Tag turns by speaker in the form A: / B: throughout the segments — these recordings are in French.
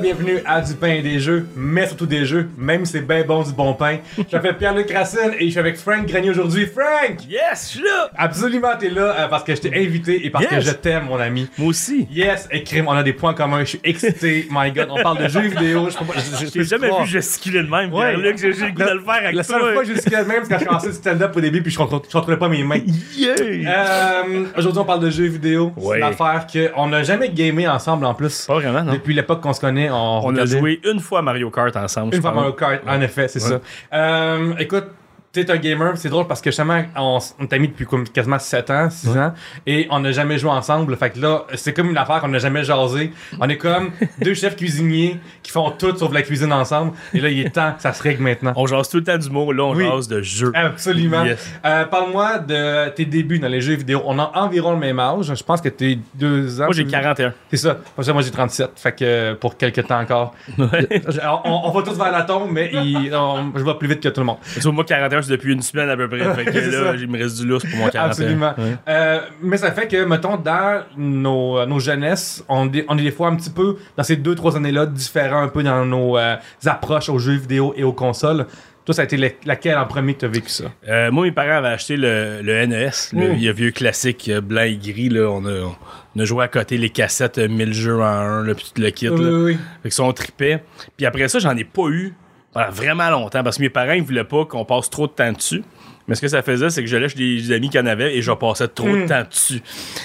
A: bienvenue à Du pain et des jeux, mais surtout des jeux, même si c'est bien bon du bon pain. Je m'appelle Pierre-Luc Racine et je suis avec Frank Grenier aujourd'hui. Frank!
B: Yes, je suis là!
A: Absolument, t'es là euh, parce que je t'ai invité et parce
B: Yes.
A: que je t'aime, mon ami.
B: Moi aussi.
A: Yes, et crime, on a des points communs, je suis excité, my god, on parle de jeux vidéo, je sais pas- je- je- je
B: J'ai
A: peux
B: jamais
A: croire.
B: vu gesticuler de même,
A: Ouais.
B: Pierre-Luc. J'ai j'ai le goût de le faire avec
A: La seule fois
B: toi.
A: que j'ai jusqu'à même, c'est quand je suis lancé du stand-up au début puis je ne contrôlais pas mes mains.
B: Yeah!
A: Euh, aujourd'hui, on parle de jeux vidéo. C'est
B: Ouais.
A: une affaire qu'on n'a jamais gamé ensemble en plus.
B: Pas vraiment, non?
A: Depuis l'époque qu'on se connaît, on,
B: On a
A: regardait
B: joué une fois à Mario Kart ensemble.
A: une
B: je
A: fois
B: pense.
A: Mario Kart, en effet, c'est
B: Ouais.
A: ça. Euh, écoute, t'es un gamer, c'est drôle parce que justement, on, s- on t'a mis depuis comme quasiment 7 ans, 6 ans, et on n'a jamais joué ensemble. Fait que là, c'est comme une affaire qu'on n'a jamais jasé. On est comme deux chefs cuisiniers qui font tout sauf la cuisine ensemble. Et là, il est temps que ça se règle maintenant.
B: On jase tout le temps du mot, là, on
A: Oui.
B: jase de jeu.
A: Absolument.
B: Yes.
A: Euh, Parle-moi de tes débuts dans les jeux vidéo. On a environ le même âge. Je pense que t'es deux ans.
B: Moi, j'ai
A: plus-
B: 41.
A: C'est ça. Parce que moi, j'ai 37. Fait que euh, pour quelques temps encore. Je- on, on va tous vers la tombe, mais il- on- je vais plus vite que tout le monde.
B: Tu vois, moi, 41, c'est depuis une semaine à peu près. Fait que
A: C'est
B: là,
A: ça.
B: il me reste du lousse pour mon 41.
A: Absolument.
B: Ouais.
A: Euh, mais ça fait que, mettons, dans nos, euh, nos jeunesses, on, est- on est des fois un petit peu, dans ces deux, trois années-là, différents un peu dans nos euh, approches aux jeux vidéo et aux consoles. Toi, ça a été la- laquelle en premier que tu as vécu ça?
B: Euh, moi, mes parents avaient acheté le, le NES, le
A: Mm.
B: vieux- vieux classique euh, blanc et gris. Là, on, a, on a joué à côté les cassettes euh, 1000 jeux en un, là, puis tout le kit. là.
A: oui.
B: Fait que ça, on tripait. Puis après ça, j'en ai pas eu pendant vraiment longtemps parce que mes parents, ils voulaient pas qu'on passe trop de temps dessus. Mais ce que ça faisait, c'est que je lâche des amis qui en avaient et je passais trop de temps dessus.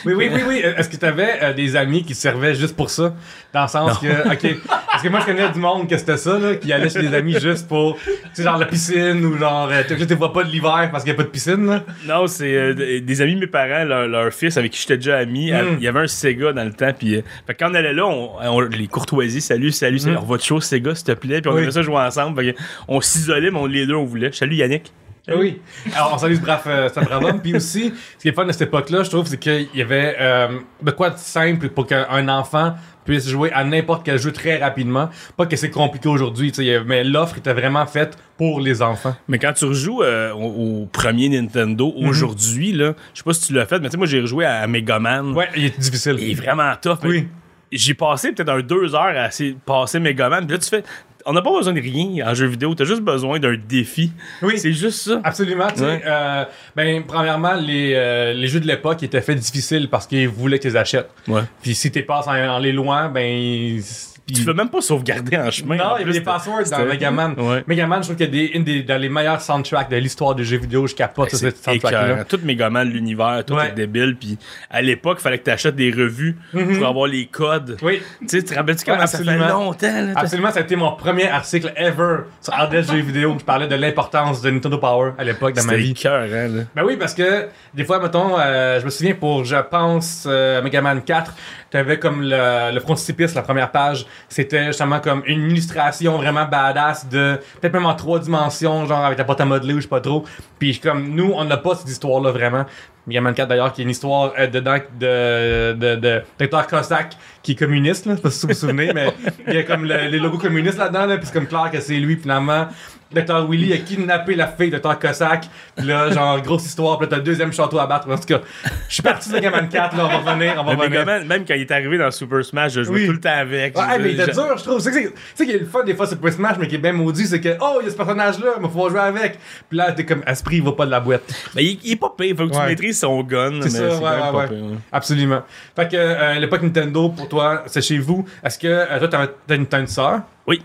A: Oui, oui, oui, oui. Euh, Est-ce que tu avais des amis qui servaient juste pour ça? Dans le sens que, OK, parce que moi, je connais du monde que c'était ça, là, qui allait chez des amis juste pour, tu sais, genre la piscine ou genre, euh, tu te vois pas de l'hiver parce qu'il n'y a pas de piscine, là.
B: Non, c'est euh, des- des amis de mes parents, leur, leur fils avec qui j'étais déjà ami.
A: Mm.
B: av- Il y avait un Sega dans le temps. Puis, euh, fait que quand on allait là, on, on- les courtoisies, salut, salut, salut. On va de chaud, Sega, s'il te plaît. Puis on
A: Oui.
B: aimait ça jouer ensemble. Fait que on s'isolait, mais on, les deux, on voulait. Salut Yannick.
A: Ah Oui. Alors, on salue ce brave, euh, ce brave homme. Puis aussi, ce qui est fun de cette époque-là, je trouve, c'est qu'il y avait euh, de quoi de simple pour qu'un un enfant puisse jouer à n'importe quel jeu très rapidement. Pas que c'est compliqué aujourd'hui, tu sais, il y avait- mais l'offre était vraiment faite pour les enfants.
B: Mais quand tu rejoues euh, au, au premier Nintendo aujourd'hui, là, je sais pas si tu l'as fait, mais tu sais, moi j'ai rejoué à Megaman.
A: Ouais, il était difficile.
B: Mm. Il est vraiment tough. mais
A: Oui.
B: J'ai passé peut-être un deux heures à essayer de passer Megaman. Puis là, tu fais. On n'a pas besoin de rien en jeu vidéo. T'as juste besoin d'un défi.
A: Oui.
B: C'est juste ça.
A: Absolument, tu sais,
B: Ouais.
A: euh, ben, premièrement, les, euh, les jeux de l'époque étaient faits difficiles parce qu'ils voulaient qu'ils achètent.
B: Ouais.
A: Puis si t'es passes en, en les loin, ben. ils-
B: Tu
A: ils-
B: peux même pas sauvegarder en chemin.
A: Non,
B: En
A: il y
B: plus,
A: avait des
B: t'as-
A: passwords dans
B: c'était-
A: Megaman.
B: Ouais.
A: Megaman, je trouve qu'il y a des, une des, dans les meilleurs soundtracks de l'histoire des jeux vidéo. Je capote sur cette
B: Ben, C'est
A: soundtrack-là.
B: écœurant. Tout Megaman, l'univers, tout
A: Ouais.
B: est débile. Puis à l'époque, fallait que tu achètes des revues pour avoir les codes.
A: Oui,
B: Tu sais, tu te rappelles-tu comment
A: Mm-hmm. Ouais,
B: ça fait
A: absolument.
B: longtemps? Là, t'as-
A: absolument, ça a été mon premier article ever sur Ardèche Jeux vidéo. où Je parlais de l'importance de Nintendo Power à l'époque dans ma
B: C'était
A: vie.
B: écœurant, là.
A: Ben oui, parce que des fois, mettons, euh, je me souviens pour, je pense, euh, Man 4, t'avais comme le, le frontispice, la première page, c'était justement comme une illustration vraiment badass de, peut-être même en trois dimensions, genre avec la porte à modeler ou je sais pas trop. Puis comme, nous, on n'a pas cette histoire-là vraiment. Megaman 4 d'ailleurs, qui est une histoire euh, dedans de, de, de docteur Cossack qui est communiste, là, je sais pas si vous vous souvenez, mais il y a comme le- les logos communistes là-dedans, là, puis c'est comme clair que c'est lui finalement. Dr. Willy a kidnappé la fille de Dr. Cossack. Puis là, genre, grosse histoire. Puis là, t'as le deuxième château à battre. En tout cas, je suis parti de Megaman 4. Là, on va revenir. On va
B: Le
A: revenir.
B: Megaman, même quand il est arrivé dans Super Smash, je jouais
A: Oui.
B: tout le temps avec.
A: Ouais, hey, mais il
B: Je-
A: était dur, je trouve. C'est que c'est- Tu sais qu'il y a le fun des fois sur Super Smash, mais qui est bien maudit, c'est que, oh, il y a ce personnage-là, mais faut jouer avec. Puis là, t'es comme, Esprit, il va pas de la boîte.
B: Mais Ben, il, il est pas pire, faut que tu
A: Ouais.
B: maîtrises son
A: C'est
B: gun. mais
A: ça, ouais,
B: quand même
A: ouais,
B: pas
A: ouais.
B: pire, hein. ouais.
A: Absolument. Fait que euh, l'époque Nintendo, pour toi, c'est chez vous. Est-ce que euh, toi, t'as- t'as une, t'as une sœur?
B: Oui.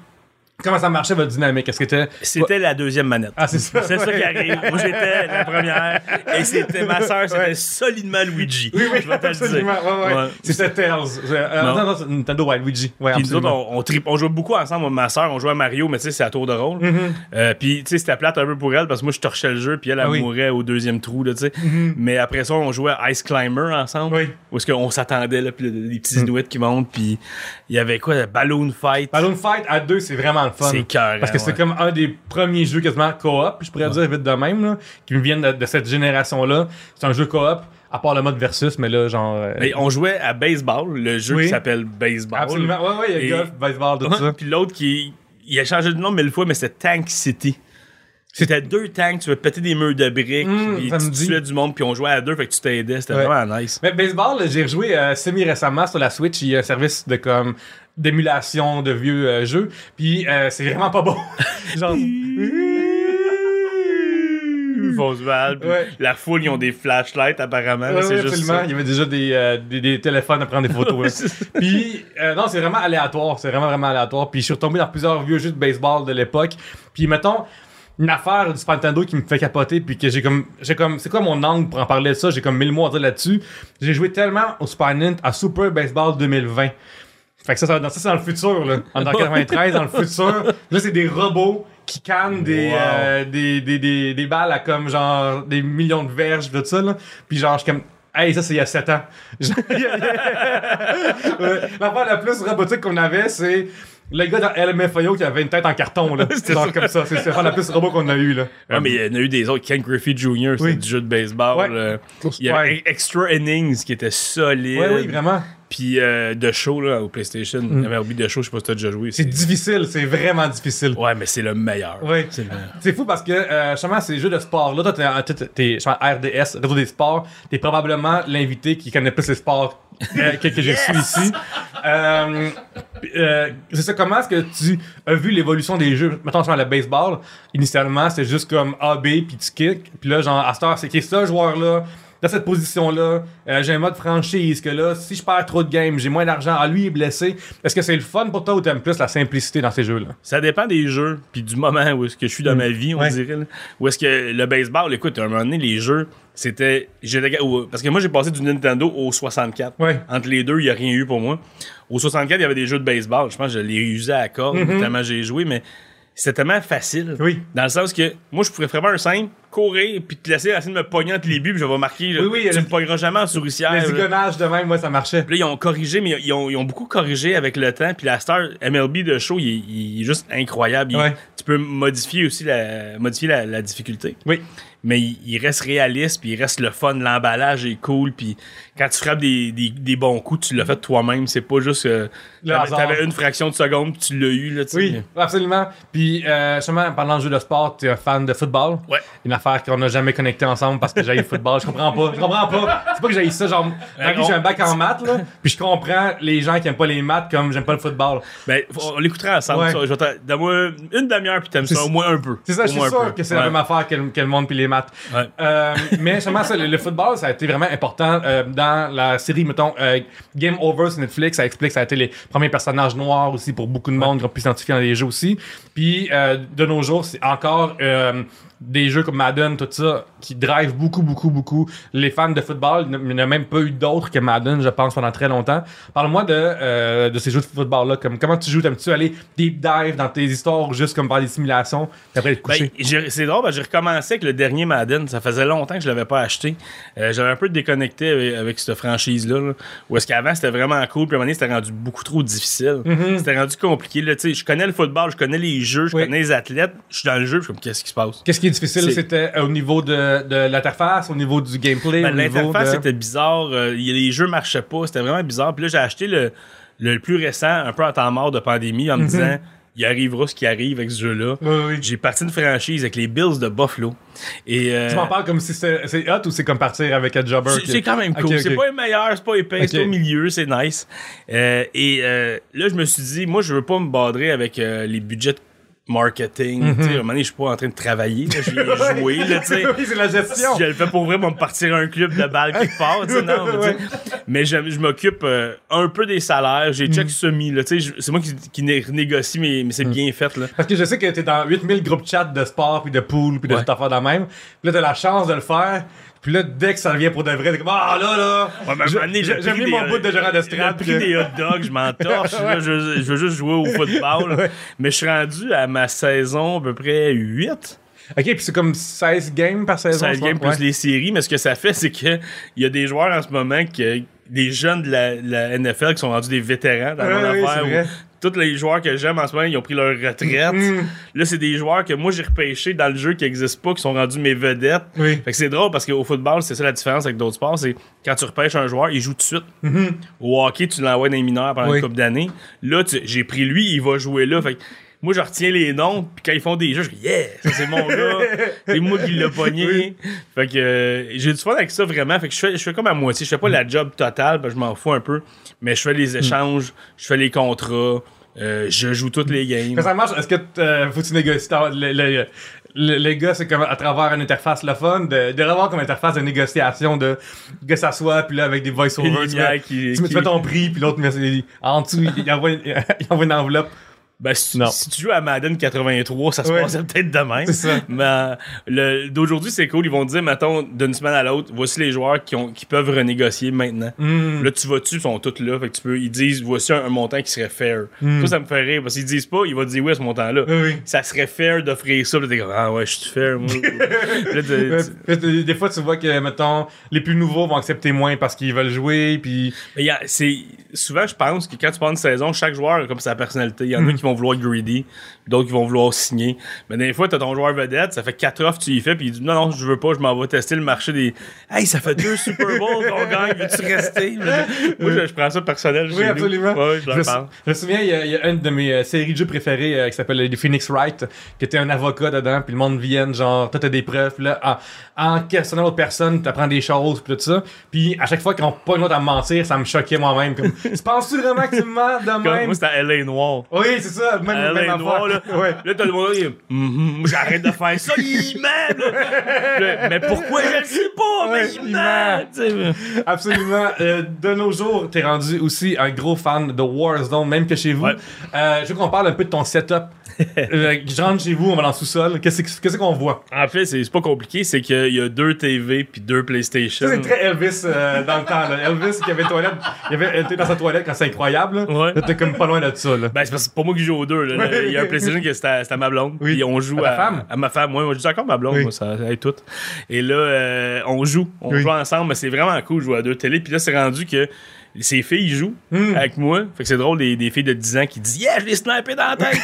A: Comment ça marchait votre dynamique? Est-ce que t'es.
B: C'était la deuxième manette.
A: Ah, c'est ça.
B: C'est ça
A: ouais.
B: qui arrive. Moi, j'étais la première. Et c'était ma soeur, c'était solidement Luigi.
A: Oui, oui,
B: je vais te le dire.
A: absolument. Ouais, ouais.
B: Ouais.
A: C'était Tails. Euh,
B: Non.
A: non, non, c'est Nintendo Wild Luigi. Ouais,
B: Puis nous autres,
A: absolument.
B: on, on, trip- on jouait beaucoup ensemble. Moi, Ma soeur, on jouait à Mario, mais tu sais, c'est à tour de rôle. Euh, puis, tu sais, c'était plate un peu pour elle parce que moi, je torchais le jeu, puis elle, elle
A: Mm-hmm. Ah oui. Mm-hmm.
B: mourait au deuxième trou, là, tu sais. Mais après ça, on jouait à Ice Climber ensemble.
A: Oui. Mm.
B: Où est-ce qu'on s'attendait, là, puis les petits Inuits qui montent, puis il y avait quoi, le Balloon Fight.
A: Balloon Fight à deux, c'est vraiment le fun.
B: C'est cœur.
A: Parce que c'est comme un des premiers jeux quasiment co-op, je pourrais dire vite de même, là, qui me viennent de, de cette génération-là. C'est un jeu co-op, à part le mode versus, mais là, genre. euh,
B: Mais on jouait à baseball, le jeu
A: Oui.
B: qui s'appelle baseball.
A: absolument. Ouais, ouais, il y a
B: Et-
A: golf, baseball, tout
B: Ouais,
A: ça.
B: Puis l'autre qui. Il a changé de nom mille fois, mais c'était Tank City. C'était deux tanks, tu veux péter des murs de briques,
A: Mm,
B: puis
A: ça me
B: tu
A: dit.
B: tuais du monde, puis on jouait à deux, fait que tu t'aidais, c'était
A: Ouais.
B: vraiment nice.
A: Mais baseball, j'ai rejoué euh, semi-récemment sur la Switch. Il y a un service de comme d'émulation de vieux euh, jeux. Puis euh, c'est vraiment pas bon. Genre.
B: Vosval,
A: Ouais.
B: la foule, ils ont des flashlights apparemment. là,
A: Ouais,
B: c'est
A: ouais,
B: juste
A: absolument.
B: ça.
A: Il y avait déjà des, euh, des, des téléphones à prendre des photos. là. Puis, euh, non, c'est vraiment aléatoire. C'est vraiment, vraiment aléatoire. Puis, je suis retombé dans plusieurs vieux jeux de baseball de l'époque. Puis, mettons, une affaire du Super Nintendo qui me fait capoter. Puis, que j'ai comme. j'ai comme c'est quoi mon angle pour en parler de ça? J'ai comme mille mots à dire là-dessus. J'ai joué tellement au Super Nintendo à Super Baseball 2020. Fait que ça, ça, va dans- ça, c'est dans le futur, là. En 93, dans le futur. Là, c'est des robots qui cannent des,
B: Wow.
A: euh, des, des, des, des balles à comme genre des millions de verges, tout ça, là. Puis genre, je suis comme. Hey, ça, c'est il y a 7 ans. Ouais. L'affaire la plus robotique qu'on avait, c'est le gars dans LMFAO qui avait une tête en carton, là.
B: C'était
A: genre
B: ça.
A: comme ça. C'est c'est l'affaire la plus robot qu'on a eu, là.
B: Ouais, Ah, mais il y en a eu des autres. Ken Griffey Jr., c'était
A: Oui.
B: du jeu de baseball.
A: Ouais.
B: là. Il y avait
A: Ouais.
B: Extra Innings qui était solide.
A: Ouais, oui, vraiment. Mm.
B: Puis euh, de show là, au PlayStation. Il y avait oublié de show, je sais pas si t'as déjà joué.
A: C'est difficile, c'est vraiment difficile.
B: Ouais, mais c'est le meilleur.
A: Ouais.
B: C'est le meilleur.
A: C'est fou parce que, euh, justement, ces jeux de sport-là, toi, t'es en- t'es- t'es justement, RDS, Réseau des sports, t'es probablement l'invité qui connaît plus les sports euh, que, que je suis ici. Euh, euh, c'est ça, comment est-ce que tu as vu l'évolution des jeux? Mettons, sur le baseball, initialement, c'était juste comme AB, puis tu kicks, puis là, genre, à cette heure, c'est qui est ce joueur-là? Dans cette position-là, euh, j'ai un mode franchise que là, si je perds trop de games, j'ai moins d'argent. Ah, lui, il est blessé. Est-ce que c'est le fun pour toi ou t'aimes plus la simplicité dans ces jeux-là?
B: Ça dépend des jeux, puis du moment où est-ce que je suis dans ma vie, on
A: Mm. Ouais.
B: dirait. là. Où est-ce que le baseball, écoute, à un moment donné, les jeux, c'était. j'étais- ou- Parce que moi, j'ai passé du Nintendo au 64.
A: Ouais.
B: Entre les deux, il n'y a rien eu pour moi. Au 64, il y avait des jeux de baseball. Je pense que je les usais à cordes, tellement j'ai joué, mais c'était tellement facile.
A: Mm-hmm. Oui.
B: Dans le sens que moi, je pourrais frapper un simple, courir, puis te laisser essayer de me pogner entre les buts, puis je vais marquer. là,
A: Oui, oui,
B: tu
A: le-
B: me pogneras jamais en souricière.
A: Les
B: là.
A: zigonnages de même, moi, ça marchait.
B: Puis là, ils ont corrigé, mais ils ont, ils ont beaucoup corrigé avec le temps. Puis la star MLB de show, il, est- il est juste incroyable. Il-
A: Ouais.
B: Tu peux modifier aussi la, modifier la, la difficulté.
A: Oui.
B: Mais il, il reste réaliste, puis il reste le fun, l'emballage est cool. Puis quand tu frappes des, des- des bons coups, tu l'as fait toi-même. C'est pas juste. euh,
A: Le
B: T'avais
A: hasard.
B: t'avais une fraction de seconde, puis tu l'as eu. Là, tu sais.
A: Oui, absolument. Puis, euh, justement, pendant le jeu de sport, tu es fan de football.
B: Ouais.
A: Une affaire qu'on n'a jamais connectée ensemble parce que j'ai le football. Je comprends pas. Je comprends pas. C'est pas que j'ai ça. Genre, dans la vie, j'ai un bac en maths, là. Puis, je comprends les gens qui aiment pas les maths comme j'aime pas le football.
B: Ben, faut- on l'écoutera ensemble.
A: Ouais.
B: ça. Je vais t'en- Donne-moi une demi-heure, puis t'aimes ça au moins un peu.
A: C'est ça,
B: Au
A: je suis
B: moins un
A: sûr
B: peu.
A: que c'est
B: Ouais.
A: la même affaire que le, que le monde puis les maths.
B: Ouais.
A: Euh, mais justement, ça, le, le football, ça a été vraiment important euh, dans la série, mettons, euh, Game Over sur Netflix. Ça explique, ça a été les premiers personnages noirs aussi pour beaucoup de monde qui ont pu s'identifier dans les jeux aussi. Puis, euh, de nos jours, c'est encore euh, des jeux comme Madden, tout ça, qui drive beaucoup, beaucoup, beaucoup les fans de football. Il n'y en a- il n'y en a même pas eu d'autres que Madden, je pense, pendant très longtemps. Parle-moi de, euh, de ces jeux de football-là. Comme, comment tu joues? T'aimes-tu aller deep dive dans tes histoires ou juste comme par des simulations? Puis après, te coucher?
B: Ben, j'ai- c'est drôle, ben, j'ai recommencé avec le dernier Madden. Ça faisait longtemps que je l'avais pas acheté. Euh, J'avais un peu déconnecté avec, avec cette franchise-là. là. Où est-ce qu'avant, c'était vraiment cool. Puis à un moment donné, c'était rendu beaucoup trop difficile. C'était rendu compliqué. Là, Tu sais, je connais le football, je connais les jeux, je
A: Mm-hmm. Oui.
B: connais les athlètes. Je suis dans le jeu, je suis comme, qu'est-ce qui se passe?
A: Qu'est-ce qui est difficile,
B: C'est-
A: c'était euh, au niveau de, de l'interface, au niveau du gameplay,
B: Ben,
A: au niveau
B: L'interface
A: de...
B: était bizarre. euh, y- les jeux marchaient pas. C'était vraiment bizarre. Puis là, j'ai acheté le, le plus récent, un peu en temps mort de pandémie, en
A: Mm-hmm.
B: me disant, il arrivera ce qui arrive avec ce jeu-là.
A: Oui, oui.
B: J'ai parti une franchise avec les Bills de Buffalo. Et, euh,
A: Tu m'en parles comme si c'est c'est hot ou c'est comme partir avec un jobber?
B: C'est-
A: qui-
B: C'est quand même cool.
A: Ok, ok.
B: C'est pas le meilleur, c'est pas épais, c'est
A: Ok.
B: au milieu, c'est nice. Euh, et euh, là, je me suis dit, moi, je veux pas me badrer avec euh, les budgets de marketing.
A: Mhm.
B: Tu sais, à un moment donné, je suis pas en train de travailler. là, Je viens jouer, là, tu sais.
A: oui, c'est la gestion.
B: Si je le fais pour vrai, on va me partir un club de balles qui part. tu sais, non, mais, tu sais. mais je, je m'occupe euh, un peu des salaires. J'ai
A: Mhm.
B: check semi. là, tu sais, je- C'est moi qui, qui né- négocie, mais, mais c'est bien fait. Là.
A: Parce que je sais que t'es dans 8000 groupes chat de sport, puis de pool, puis de
B: Ouais.
A: tout affaire dans la même. Puis là, t'as la chance de le faire. Puis là, dès que ça revient pour de vrai, t'es comme « Ah là là!
B: Ouais, mais à un
A: Je-
B: moment donné,
A: je-
B: le
A: J'ai
B: prix
A: mis
B: des-
A: mon bout de gérant
B: Le
A: d'estrade.
B: prix
A: puis-
B: des hot dogs, je m'en torche. Là, je, je veux juste jouer au football. Mais je suis rendu à ma saison à peu près 8.
A: OK, puis c'est comme 16 games par saison.
B: 16
A: je pense,
B: games plus
A: ouais.
B: les séries. Mais ce que ça fait, c'est que il y a des joueurs en ce moment, que, des jeunes de la, la NFL qui sont rendus des vétérans dans
A: Ouais,
B: mon
A: oui,
B: affaire.
A: c'est
B: où
A: vrai. Mm,
B: Tous les joueurs que j'aime en ce moment, ils ont pris leur retraite. Là, c'est des joueurs que moi, j'ai repêchés dans le jeu qui n'existent pas, qui sont rendus mes vedettes.
A: Oui.
B: Fait que c'est drôle parce qu'au football, c'est ça la différence avec d'autres sports, c'est quand tu repêches un joueur, il joue tout de suite. Au hockey, tu l'envoies dans les mineurs pendant
A: Mm-hmm. Oui.
B: une couple d'années. Là, tu- j'ai pris lui, il va jouer là. Fait que moi, je retiens les noms, puis quand ils font des jeux, je dis, yeah, ça c'est mon gars, c'est moi qui l'ai pogné. Fait que euh, j'ai du fun avec ça vraiment. Fait que je fais, je fais comme à moitié. Je fais pas la job totale, parce que je m'en fous un peu, mais je fais les
A: Hmm.
B: échanges, je fais les contrats, euh, je joue toutes les games.
A: Quand ça marche, est-ce que t- euh, faut que tu négocies ta- le- le- le- les gars, c'est comme à travers une interface le fun, de, de revoir comme interface de négociation, de que ça soit, puis là avec des
B: Une
A: voice-overs, tu,
B: lumière
A: mets-
B: qui-
A: tu mets- tu
B: qui-
A: mets ton prix, puis l'autre, met- il- en dessous, il, il envoie, il envoie une enveloppe.
B: Ben, si, tu-
A: Non.
B: si tu joues à Madden 83, ça se
A: Ouais.
B: passait peut-être de même.
A: C'est ça.
B: Mais euh, le- d'aujourd'hui, c'est cool. Ils vont te dire, mettons, d'une semaine à l'autre, voici les joueurs qui, ont, qui peuvent renégocier maintenant.
A: Hmm.
B: Là, tu vas dessus, ils sont tous là. Fait que tu peux, ils disent, voici un, un montant qui serait fair.
A: Mm.
B: Ça, ça me fait rire. Parce qu'ils disent pas, ils vont te dire oui à ce montant-là.
A: Oui, oui.
B: Ça serait fair d'offrir ça. Puis t'es comme, ah ouais, je suis fair, moi. Là, tu-
A: Ouais,
B: tu-
A: puis t- Des fois, tu vois que, mettons, les plus nouveaux vont accepter moins parce qu'ils veulent jouer, puis
B: Mais y a- c'est souvent je pense que quand tu prends une saison, chaque joueur a comme sa personnalité. Il y en
A: Mm.
B: a qui vont vouloir greedy, d'autres qui vont vouloir signer. Mais des fois, t'as ton joueur vedette, ça fait quatre offres tu y fais, puis il dit non non, je veux pas, je m'en vais tester le marché des. Hey, ça fait deux Super Bowls qu'on gagne, veux-tu rester Moi, je, je prends ça personnel. chez
A: Oui,
B: nous.
A: absolument.
B: Ouais, ouais, je
A: me
B: leur
A: sou-
B: parle.
A: je me souviens, il y, a, il y a une de mes euh, séries de jeux préférées euh, qui s'appelle The Phoenix Wright, qui était un avocat dedans, puis le monde vient, genre, toi t'as des preuves, puis là, en, en questionnant l'autre personne, t'apprends des choses, puis tout ça. Puis à chaque fois qu'on pas une autre à me mentir, ça me choquait moi-même. Comme, tu penses-tu vraiment que tu me mens de
B: Comme,
A: même?
B: moi, c'était à LA Noir.
A: Oui, c'est ça, même,
B: À
A: même
B: LA Noir, là.
A: affaire. Ouais.
B: Là, t'as le monde, il Mhm,
A: Mm-hmm.
B: j'arrête de faire ça, il m'aime! Là, Mais pourquoi je le sais pas, mais
A: Ouais,
B: il
A: il
B: m'aime!
A: m'aime.
B: Tu sais,
A: Absolument. Euh, de nos jours, t'es rendu aussi un gros fan de Warzone, même que chez vous.
B: Ouais.
A: Euh, je veux qu'on parle un peu de ton setup. Euh, je rentre chez vous, on va dans le sous-sol. Qu'est-ce que- qu'est-ce qu'on voit?
B: En fait, c'est c'est pas compliqué, c'est qu'il y a deux TV puis deux PlayStation.
A: Ça, c'est très Elvis euh, dans le temps. Là. Elvis qui avait toilette, il avait été dans sa toilette quand c'est incroyable. Là,
B: Ouais.
A: Là, t'es comme pas loin de ça. Là.
B: Ben, c'est parce que c'est pas moi qui joue aux deux. là.
A: Ouais.
B: Il y a un PlayStation que c'était à, c'était à ma blonde.
A: Oui.
B: Puis on joue
A: À
B: à,
A: ta femme?
B: à ma femme. Ouais, moi, je dis encore ma blonde,
A: Oui.
B: moi, ça aide tout. Et là, euh, on joue. On
A: Oui.
B: joue ensemble, mais c'est vraiment cool de jouer à deux télé. Puis là, c'est rendu que ces filles jouent
A: Hmm.
B: avec moi. Fait que c'est drôle des, des filles de 10 ans qui disent Yeah, je l'ai snipé dans la tête.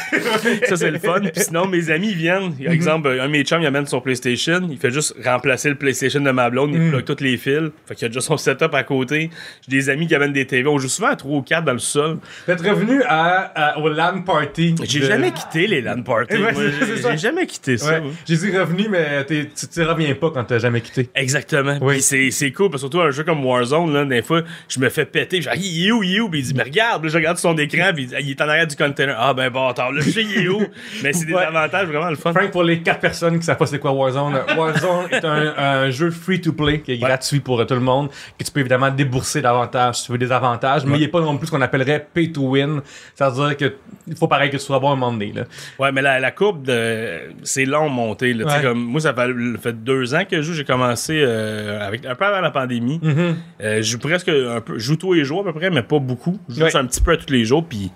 B: ça, c'est le fun. Puis sinon, mes amis ils viennent.
A: Mhm.
B: Par exemple, un de mes chums, il amène son PlayStation. Il fait juste remplacer le PlayStation de ma blonde. Il
A: Mhm.
B: plug tous les fils. Fait qu'il y a déjà son setup à côté. J'ai des amis qui amènent des TV. On joue souvent à 3 ou 4 dans le sol.
A: T'es revenu à, à- au LAN party.
B: J'ai
A: de-
B: jamais quitté les LAN parties.
A: Eh ben,
B: moi.
A: c'est- c'est
B: J'ai
A: ça.
B: j'ai jamais quitté ça.
A: Ouais.
B: moi.
A: J'ai dit revenu, mais t'es- tu tu reviens pas quand t'as jamais quitté.
B: Exactement.
A: Oui.
B: Puis c'est, c'est cool, parce que surtout un jeu comme Warzone, là, des fois, je me fais péter, puis je dis, il est où, il est où? Puis il dit, mais regarde, Puis là, je regarde sur son écran, puis il dit, Ah, il est en arrière du container. Ah, ben, bon, attends, là, je sais, il est où? Mais c'est des
A: Ouais.
B: avantages vraiment le fun.
A: Frank, pour les quatre personnes qui savent pas c'est quoi Warzone, euh, Warzone est un, un jeu free to play qui est gratuit pour euh, tout le monde, que tu peux évidemment débourser davantage si tu veux des avantages, mais il n'est pas non plus ce qu'on appellerait pay to win. C'est-à-dire que il faut pareil que tu sois bon à un moment donné. Là.
B: Ouais, mais la, la courbe, de, c'est long monter. Là, Tu sais,
A: Ouais.
B: comme, moi, ça fait, fait deux ans que je joue. J'ai commencé euh, avec, un peu avant la pandémie. Euh, je joue presque un peu. Je joue tous les jours à peu près, mais pas beaucoup. Je joue
A: Ouais.
B: juste un petit peu à tous les jours, puis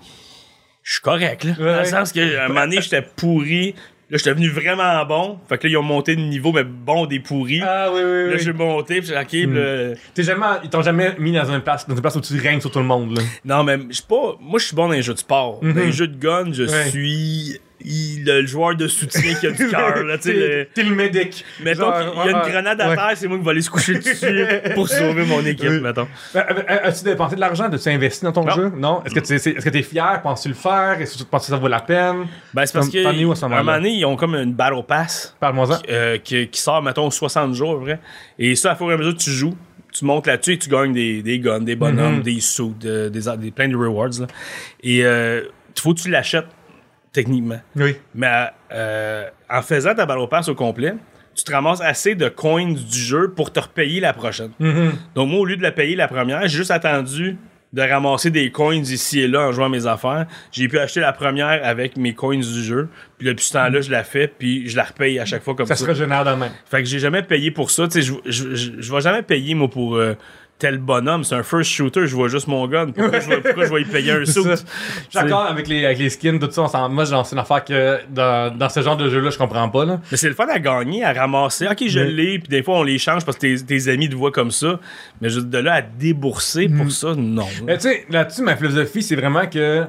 B: je suis correct. Là,
A: Ouais,
B: Dans le
A: ouais.
B: sens qu'à un moment donné, j'étais pourri. Là, j'étais venu vraiment bon. Fait que là, ils ont monté de niveau, mais bon des pourris.
A: Ah oui, oui, Hmm.
B: Là, j'ai monté, puis j'ai dit, OK, là,
A: T'es jamais, ils t'ont jamais mis dans une place, dans une place où tu règnes sur tout le monde. Là.
B: Non, mais je suis pas. Moi, je suis bon dans les jeux de sport. Dans les jeux de gun, je
A: Mhm. Ouais.
B: suis il- le joueur de soutien qui a du cœur. là, tu sais, le-
A: T'es le médic.
B: Mettons
A: Genre,
B: qu'il y a
A: ouais,
B: une
A: ouais.
B: grenade à
A: Ouais.
B: terre, c'est moi qui vais aller se coucher dessus pour sauver mon équipe,
A: Oui.
B: mettons.
A: Euh, euh, euh, As-tu dépensé de l'argent? As-tu investi dans ton
B: Non.
A: jeu? Non? Est-ce que tu est-ce que t'es fier? Penses-tu le faire? Est-ce que tu penses que ça vaut la peine?
B: Ben, c'est parce
A: T'en-
B: que
A: t'en es où à ce
B: à un
A: moment-là?
B: moment donné, ils ont comme une battle pass
A: Parle-moi-en.
B: euh, qui, qui sort, mettons, 60 jours, à peu près. Et ça, à fur et à mesure que tu joues, tu montes là-dessus et tu gagnes des, des guns, des bonhommes, des sous, des, des- plein de rewards. là. Et euh, faut que tu l'achètes, techniquement.
A: Oui.
B: Mais euh, en faisant ta battle pass au complet, tu te ramasses assez de coins du jeu pour te repayer la prochaine.
A: Mhm.
B: Donc, moi, au lieu de la payer la première, j'ai juste attendu de ramasser des coins ici et là en jouant à mes affaires. J'ai pu acheter la première avec mes coins du jeu. Puis depuis ce temps-là, je la fais, puis je la repaye à chaque fois comme ça.
A: Ça serait génère demain.
B: Fait que j'ai jamais payé pour ça. Tu sais, je- je je- je vais jamais payer, moi, pour euh, tel bonhomme. C'est un first shooter, je vois juste mon gun. Pourquoi, je, vais, pourquoi je vais y payer un
A: ça.
B: sou?
A: D'accord avec les, avec les skins, tout ça, on s'en- moi j'en- c'est une affaire que dans, dans ce genre de jeu-là, je comprends pas. Là.
B: Mais c'est le fun à gagner, à ramasser. Ok, je
A: Mais-
B: l'ai, puis des fois on les change parce que tes, tes amis te voient comme ça. Mais
A: Mm.
B: juste de là à débourser pour ça, non.
A: Mais tu sais, là-dessus, ma philosophie, c'est vraiment que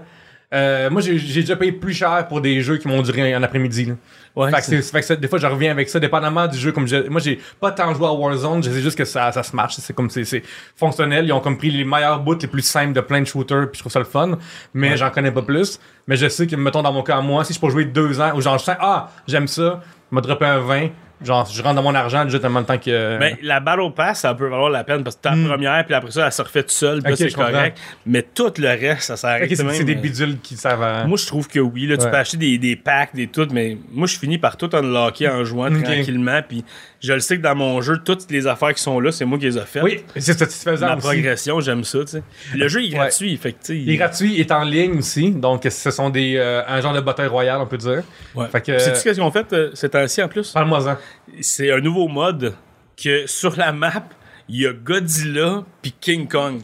A: Euh, moi, j'ai j'ai déjà payé plus cher pour des jeux qui m'ont duré un après-midi. là.
B: Ouais,
A: fait que, c'est- fait que ça, des fois, je reviens avec ça, dépendamment du jeu. Comme je- moi, j'ai pas tant joué à Warzone, je sais juste que ça, ça se marche. C'est comme c'est c'est fonctionnel. Ils ont comme pris les meilleurs bouts, les plus simples de plein de shooters, puis je trouve ça le fun. Mais j'en connais pas plus. Mais je sais que, mettons, dans mon cas, moi, si je peux jouer deux ans, ou genre, je sens, ah, j'aime ça, me dropper un 20, genre, je rentre dans mon argent juste en même temps que.
B: Ben, la Battle Pass, ça peut valoir la peine parce que t'as la première, puis après ça, elle se refait toute seule, puis là,
A: Mm. Ok,
B: c'est
A: je comprends.
B: correct. Mais tout le reste, ça
A: Fait
B: s'arrête.
A: que c'est
B: même,
A: c'est des
B: euh,
A: bidules qui servent à.
B: Moi, je trouve que oui. Là, Tu
A: Hein? Ouais.
B: peux acheter des, des packs, des tout, mais moi, je finis par tout unlocker en jouant
A: Ok.
B: tranquillement. Puis je le sais que dans mon jeu, toutes les affaires qui sont là, c'est moi qui les ai faites.
A: oui, c'est satisfaisant
B: La
A: aussi.
B: progression, j'aime ça. tu sais. Le jeu il est
A: Ouais.
B: gratuit, fait que, tu sais,
A: Il est gratuit, il est en ligne aussi, donc ce sont des euh, un genre de bataille royale, on peut dire.
B: Ouais.
A: Fait que-
B: Puis Sais-tu qu'est-ce qu'ils ont fait euh, ces temps-ci en plus?
A: Parle-moi-en.
B: C'est un nouveau mode que sur la map, il y a Godzilla puis King Kong.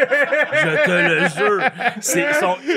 B: Je te le jure. C'est, ils sont
A: Euh,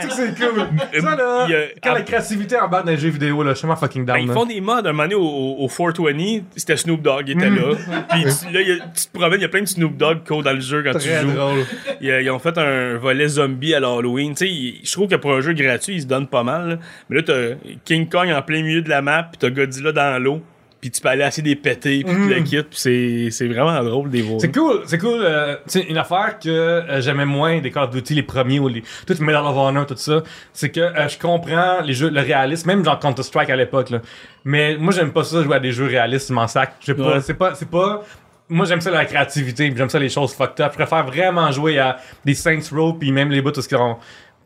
A: tu sais que c'est cool.
B: Euh,
A: Ça, là,
B: il y a-
A: quand
B: ah.
A: la créativité embarque dans les jeux vidéo, là, je suis vraiment fucking down.
B: Ben, ils
A: là.
B: font des modes. Un moment donné, au, au- au 420, c'était Snoop Dogg, il
A: Hmm.
B: était là. Puis tu, là, il y a- tu te promènes, il y a plein de Snoop Dogg co dans le jeu quand
A: Très
B: tu joues.
A: drôle.
B: Ils, euh, ils ont fait un volet zombie à l'Halloween. Tu sais, ils- je trouve que pour un jeu gratuit, ils se donnent pas mal. là. Mais là, t'as King Kong en plein milieu de la map, puis t'as Godzilla dans l'eau. Puis tu peux aller assez des pétés, puis tu le quittes. Puis c'est- c'est vraiment drôle des voir.
A: Hmm. C'est cool, c'est cool. euh, tu sais, une affaire que euh, j'aimais moins des Call of Duty, les premiers, ou les, tout Medal of Honor, tout ça, c'est que euh, je comprends les jeux, le réalisme, même genre Counter-Strike à l'époque, là. Mais moi, j'aime pas ça, jouer à des jeux réalistes, je m'en sac. Je sais pas,
B: Ouais.
A: c'est pas, c'est pas, moi, j'aime ça la créativité, puis j'aime ça les choses fucked up. Je préfère vraiment jouer à des Saints Row, puis même les bouts où ils sont,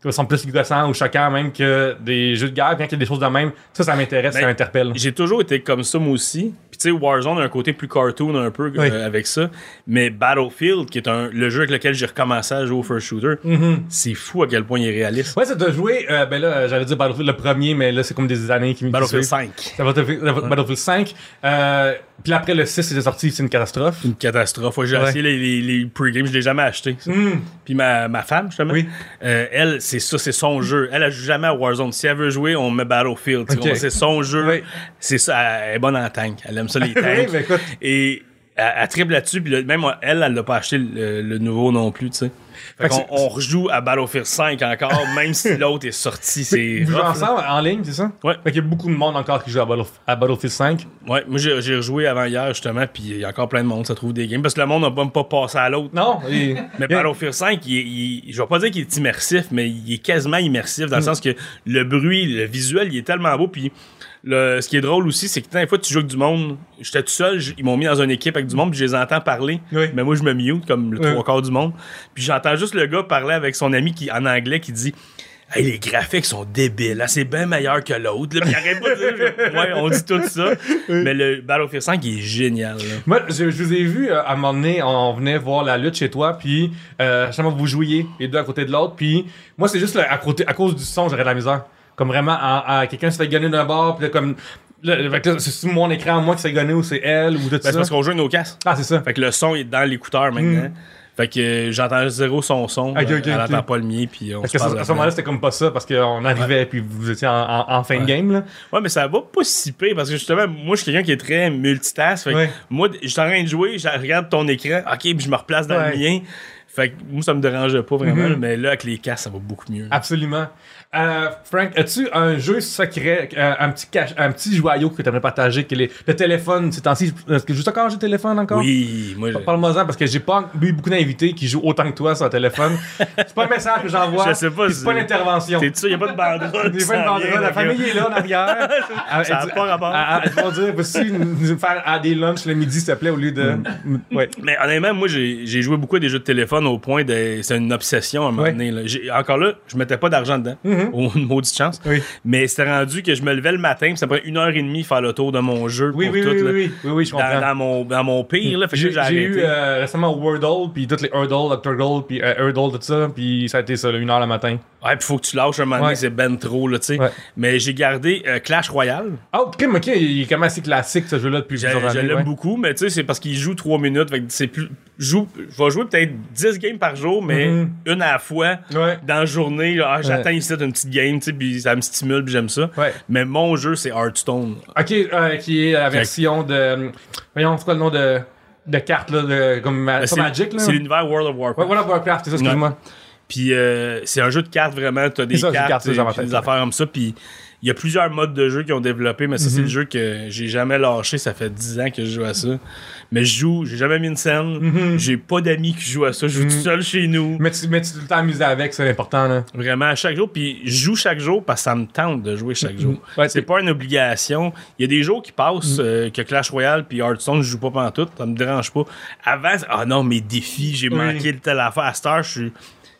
A: qui sont plus gossants ou choquants, même que des jeux de guerre, bien qu'il y ait des choses de même. Ça, ça m'intéresse,
B: Ben,
A: ça m'interpelle.
B: J'ai toujours été comme ça, moi aussi. Puis tu sais, Warzone a un côté plus cartoon un peu euh,
A: Oui.
B: avec ça. Mais Battlefield, qui est un, le jeu avec lequel j'ai recommencé à jouer au first shooter, c'est fou à quel point il est réaliste.
A: Mm-hmm. Ouais, ça de jouer, euh, ben là, euh, j'allais dire Battlefield le premier, mais là, c'est comme des années qui qui
B: Battlefield
A: suivent.
B: 5.
A: Ça va te- ça va- Battlefield 5. Euh, puis après le 6, il est sorti, c'est une catastrophe.
B: Une catastrophe. Ouais, J'ai
A: Ouais.
B: essayé les, les, les pre-games, je l'ai jamais acheté. ça. Puis ma, ma femme, justement,
A: Oui.
B: euh, elle, c'est ça, c'est son jeu. Elle, elle joue jamais à Warzone. Si elle veut jouer, on met Battlefield. tu
A: Ok.
B: comprends? C'est son jeu.
A: Oui.
B: C'est ça, elle est bonne en tank. Elle aime ça, les
A: Oui,
B: tanks.
A: ben écoute.
B: Et elle, elle triple là-dessus, puis là, même elle, elle l'a pas acheté le, le nouveau non plus, tu sais. Fait
A: Fait que
B: qu'on
A: c'est-
B: on rejoue à Battlefield 5 encore, même si l'autre est sorti, c'est
A: Vous jouez
B: rough, là.
A: ensemble en ligne, c'est ça?
B: Ouais.
A: Fait qu'il y a beaucoup de monde encore qui joue à, Battlef- à Battlefield 5.
B: Ouais, moi j'ai j'ai rejoué avant hier justement, puis il y a encore plein de monde, ça trouve des games, parce que le monde n'a même pas passé à l'autre.
A: Non, et-
B: Mais
A: il y a-
B: Battlefield 5, il, est- il- je vais pas dire qu'il est immersif, mais il est quasiment immersif
A: Mm.
B: dans le sens que le bruit, le visuel, il est tellement beau. Puis le, ce qui est drôle aussi, c'est que tant des fois tu joues avec du monde, j'étais tout seul, j- ils m'ont mis dans une équipe avec du monde, puis je les entends parler.
A: Oui.
B: Mais moi, je me mute comme le
A: Oui.
B: trois quarts du monde. Puis j'entends juste le gars parler avec son ami qui, en anglais qui dit. Hey, les graphiques sont débiles, hein, c'est bien meilleur que l'autre. là. Puis il arrête pas de dire, ouais, on dit tout ça. Mais le Battlefield 5, il est génial. là. Ben,
A: Moi, je, je vous ai vu euh, à un moment donné, on venait voir la lutte chez toi, puis euh, chaque fois vous jouiez les deux à côté de l'autre, puis moi c'est juste le- à, côté, à cause du son, j'aurais de la misère. Comme vraiment, à, à- quelqu'un se fait gonner d'un bord, puis là, comme là, fait que là, c'est sous mon écran, moi qui se fait gonner ou c'est elle ou tout
B: Ben, c'est
A: ça.
B: parce qu'on joue avec nos casques.
A: Ah c'est ça.
B: Fait que le son est dans l'écouteur maintenant. Fait que euh, j'entends zéro son son.
A: Hmm.
B: euh,
A: Ok, ok,
B: elle
A: ok.
B: n'entend pas le mien. Puis on
A: Parce
B: se
A: que
B: parle
A: à ce moment-là,
B: là-dedans.
A: c'était comme pas ça, parce qu'on arrivait, puis vous étiez en, en- en fin de game, là.
B: Ouais, mais ça va pas si pire. Parce que justement, moi, je suis quelqu'un qui est très multitask. Fait que
A: Ouais.
B: moi, je suis en train de jouer, je regarde ton écran. Ok, puis je me replace dans le
A: Ouais. Mm-hmm.
B: mien. Fait que moi, ça me dérangeait pas vraiment. Mais là, avec les casques, ça va beaucoup mieux.
A: Absolument. Euh, Frank, as-tu un jeu secret, euh, un, petit cache- un petit joyau que t'aimerais partager, que les- le téléphone, ces temps-ci, est-ce que juste encore j'ai le téléphone encore?
B: Oui, moi, je,
A: Parle-moi-en parce que j'ai pas eu beaucoup d'invités qui jouent autant que toi sur le téléphone. c'est pas un message que j'envoie.
B: Je sais pas
A: puis
B: si-
A: C'est pas une intervention.
B: T'es sûr, y a pas de banderole.
A: Des
B: qui
A: fois, une
B: s'en
A: banderole,
B: vient,
A: la
B: donc,
A: famille est là en arrière. Ah, Elle-
B: Ça a
A: elle-
B: pas rapport.
A: elle- elle- Ils vont dire, peux-tu nous nous faire à des lunchs le midi, s'il te plaît, au lieu de.
B: Mm.
A: Ouais.
B: Mais honnêtement, moi, j'ai j'ai joué beaucoup à des jeux de téléphone au point de. C'est une obsession à un moment
A: Ouais. Mm-hmm.
B: donné. là. J'ai- Encore là, je mettais pas d'argent dedans. Au une maudite chance.
A: Oui.
B: Mais c'était rendu que je me levais le matin, puis ça prenait une heure et demie faire le tour de mon jeu.
A: Oui,
B: pour
A: oui,
B: tout,
A: oui, oui,
B: là.
A: oui, oui, oui, je comprends.
B: Dans, dans mon, dans mon pire, là. Fait que
A: J'ai
B: j'ai
A: j'ai eu
B: arrêté.
A: euh, récemment Wordle, puis toutes les Hurdle, Octurgle, puis euh, Hurdle, tout ça, puis ça a été ça, là, une heure le matin.
B: Ouais, puis faut que tu lâches un moment donné,
A: Ouais.
B: c'est ben trop, là, tu sais.
A: Ouais.
B: Mais j'ai gardé euh, Clash Royale.
A: Ah, ok, mais ok, il est quand même assez classique ce jeu-là depuis
B: Je,
A: plusieurs
B: je
A: années.
B: l'aime
A: ouais.
B: beaucoup, mais tu sais, c'est parce qu'il joue 3 minutes. Fait que c'est plus. Joue, je vais jouer peut-être 10 games par jour, mais
A: Mhm.
B: une à la fois.
A: Ouais.
B: Dans la journée, là, ah, j'attends ici une petite game, tu sais, puis ça me stimule, puis j'aime ça.
A: Ouais.
B: Mais mon jeu, c'est Hearthstone.
A: Ok, euh, qui est la version de. euh, Voyons, c'est quoi le nom de, de carte, là, de, comme ma- pas
B: Ben, C'est
A: Magic, là
B: c'est l'univers World of Warcraft.
A: Ouais, World of Warcraft, c'est ça, excuse-moi.
B: Puis euh, c'est un jeu de cartes vraiment. T'as des
A: C'est ça, jeu de
B: cartes,
A: cartes,
B: et
A: c'est ça, ma
B: puis
A: tête,
B: des
A: ouais.
B: affaires comme ça. Puis il y a plusieurs modes de jeu qui ont développé, mais ça,
A: Mhm.
B: c'est le jeu que j'ai jamais lâché. Ça fait 10 ans que je joue à ça. Mais je joue, j'ai jamais mis une scène.
A: Mhm.
B: J'ai pas d'amis qui jouent à ça. Je joue tout seul chez nous.
A: Mais tu, mais tu t'es tout le temps amusé avec, c'est important, là.
B: Vraiment, à chaque jour. Puis je joue chaque jour parce que ça me tente de jouer
A: Mhm.
B: chaque jour.
A: Ouais,
B: c'est
A: t'es-
B: pas une obligation. Il y a des jours qui
A: Mm.
B: passent euh, que Clash Royale puis Hearthstone, je joue pas pantoute. Ça me dérange pas. Avant, c'est, ah non, mes défis, j'ai
A: Oui.
B: manqué de telle affaire. À Star, je suis.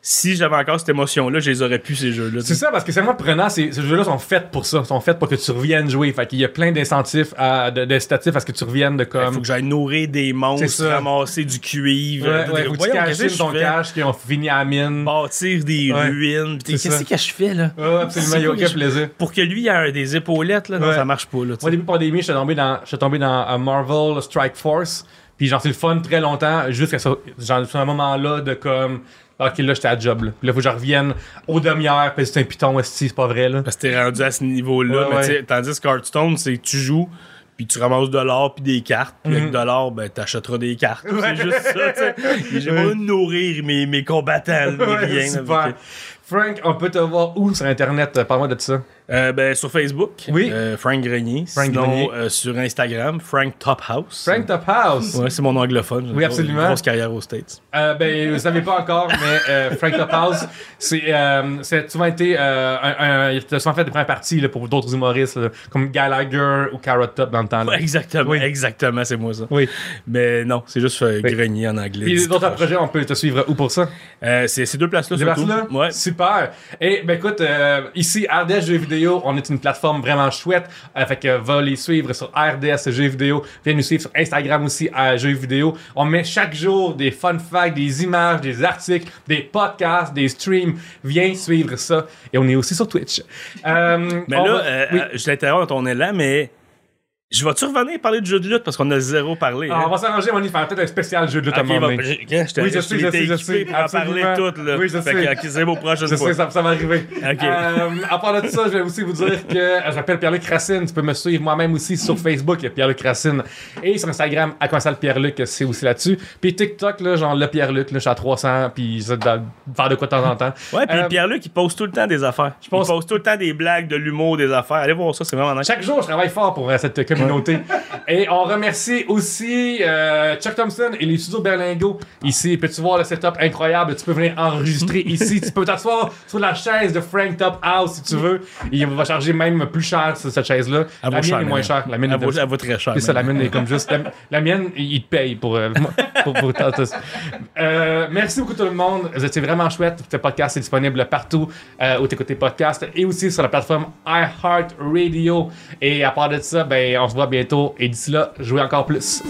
B: Si j'avais encore cette émotion-là, je les aurais pu, ces jeux-là.
A: C'est ça, parce que c'est vraiment prenant. Ces, ces jeux-là sont faits pour ça. sont faits pour que tu reviennes jouer. Fait qu'il y a plein d'incentifs, à- de- d'incitatifs à ce que tu reviennes de
B: Il Euh, faut
A: comme.
B: que j'aille nourrir des
A: C'est
B: monstres,
A: ça.
B: ramasser du cuivre,
A: Ouais, ouais,
B: euh, des-
A: faut que tu
B: voyons,
A: caches
B: qu'est-ce que
A: sur
B: je
A: ton
B: fais?
A: cache qui ont fini à la mine.
B: bâtir des
A: Ouais.
B: ruines. Puis
A: C'est
B: Qu'est-ce
A: ça.
B: que je fais là?
A: Ah, absolument,
B: C'est
A: il y a
B: quoi que
A: aucun
B: je-
A: plaisir.
B: Pour que lui il a des épaulettes, là, non,
A: Ouais.
B: ça marche pas. Là, tu
A: Moi, au
B: sais.
A: début de la pandémie, j'étais tombé dans, j'étais tombé dans euh, Marvel Strike Force. Puis genre, c'est le fun très longtemps, jusqu'à ce, genre, ce moment-là de comme. ah, Ok, là, j'étais à job. Là, Puis là, faut que je revienne aux demi-heures, parce que c'est un piton, esti, c'est pas vrai, là.
B: Parce que t'es rendu à ce niveau-là.
A: Ouais,
B: mais
A: ouais.
B: tu sais, Tandis que Hearthstone, c'est que tu joues, puis tu ramasses de l'or, puis des cartes. Puis
A: Mhm.
B: avec de l'or, ben, t'achèteras des cartes. C'est juste ça. tu sais. Et J'ai pas de nourrir mes, mes combattants, mes
A: Ouais,
B: liens, là,
A: super.
B: donc,
A: Frank, on peut te voir où sur Internet? Parle-moi de ça.
B: euh, ben, sur Facebook,
A: Oui.
B: euh, Frank Grenier.
A: Frank
B: sinon,
A: Grenier.
B: euh, sur Instagram, Frank Top House.
A: Frank Top House.
B: Ouais, c'est mon anglophone. J'ai
A: Oui,
B: une grosse-
A: absolument.
B: Une grosse carrière aux States.
A: Euh, ben, vous ne savez pas encore, mais euh, Frank Topaz, c'est euh, c'est souvent été. Euh, un, un- il a souvent fait des premières parties là, pour d'autres humoristes, là, comme Gallagher ou Carrot Top dans le temps. Là.
B: Exactement,
A: Oui.
B: exactement, c'est moi ça.
A: Oui.
B: Mais non, c'est juste euh,
A: Oui.
B: Grenier en anglais.
A: Puis
B: dit
A: d'autres
B: proche.
A: projets, on peut te suivre où pour ça?
B: Euh, c'est ces deux places-là.
A: Des
B: surtout.
A: là?
B: Ouais.
A: Super. Et ben écoute, euh, ici, RDS Jeux Vidéo, on est une plateforme vraiment chouette. Euh, fait que va les suivre sur RDS Jeux Vidéo. Viens nous suivre sur Instagram aussi à Jeux Vidéo. On met chaque jour des fun facts, des images, des articles, des podcasts, des streams. Viens suivre ça. Et on est aussi sur Twitch. Euh,
B: Mais
A: on
B: là,
A: va-
B: euh,
A: oui.
B: euh, je l'interromps dans ton élan, mais je vais-tu revenir parler de jeu de lutte parce qu'on a zéro parlé.
A: Ah,
B: hein?
A: on va s'arranger, on y faire peut-être un spécial jeu de
B: Ok,
A: lutte à un moment
B: bon,
A: donné.
B: je- je t'ai-
A: Oui, je
B: je
A: sais, je
B: t'ai
A: sais, je
B: équipé
A: sais,
B: pour en parler
A: absolument.
B: tout. Là.
A: Oui, je
B: fait
A: sais.
B: que, ok, c'est beau prochaine
A: Je
B: fois.
A: sais, ça, ça va arriver.
B: Ok.
A: Euh, à part de ça, je vais aussi vous dire que euh, je m'appelle Pierre-Luc Racine. Tu peux me suivre moi-même aussi sur Facebook, Pierre-Luc Racine. Et sur Instagram, à Consal Pierre-Luc, c'est aussi là-dessus. Puis TikTok, là, genre le Pierre-Luc, là, je suis à 300, puis je vais faire de quoi de temps en temps.
B: Ouais, puis
A: Euh,
B: Pierre-Luc, il pose tout le temps des affaires.
A: pense-
B: Il pose tout le temps des blagues, de l'humour, des affaires. Allez voir ça, c'est vraiment nice.
A: Chaque jour, je travaille fort pour euh, cette communauté. et on remercie aussi euh, Chuck Thompson et les studios Berlingo. Ici, peux-tu voir le setup incroyable? Tu peux venir enregistrer ici. Tu peux t'asseoir sur la chaise de Frank Top House si tu veux. Il va charger même plus cher sur cette chaise-là. La
B: Elle vaut
A: mienne
B: cher,
A: est moins
B: même.
A: chère. La mienne
B: Elle
A: est
B: vaut, elle vaut très cher.
A: c'est ça, la
B: même.
A: mienne est comme juste. La, la mienne, il te paye pour. euh, pour, pour- pour- Euh, merci beaucoup tout le monde. Vous étiez vraiment chouette. Ce podcast est disponible partout euh, où t'écoutes tes podcasts et aussi sur la plateforme iHeartRadio. Et à part de ça, ben, on se voit bientôt. Et d'ici là, jouez encore plus.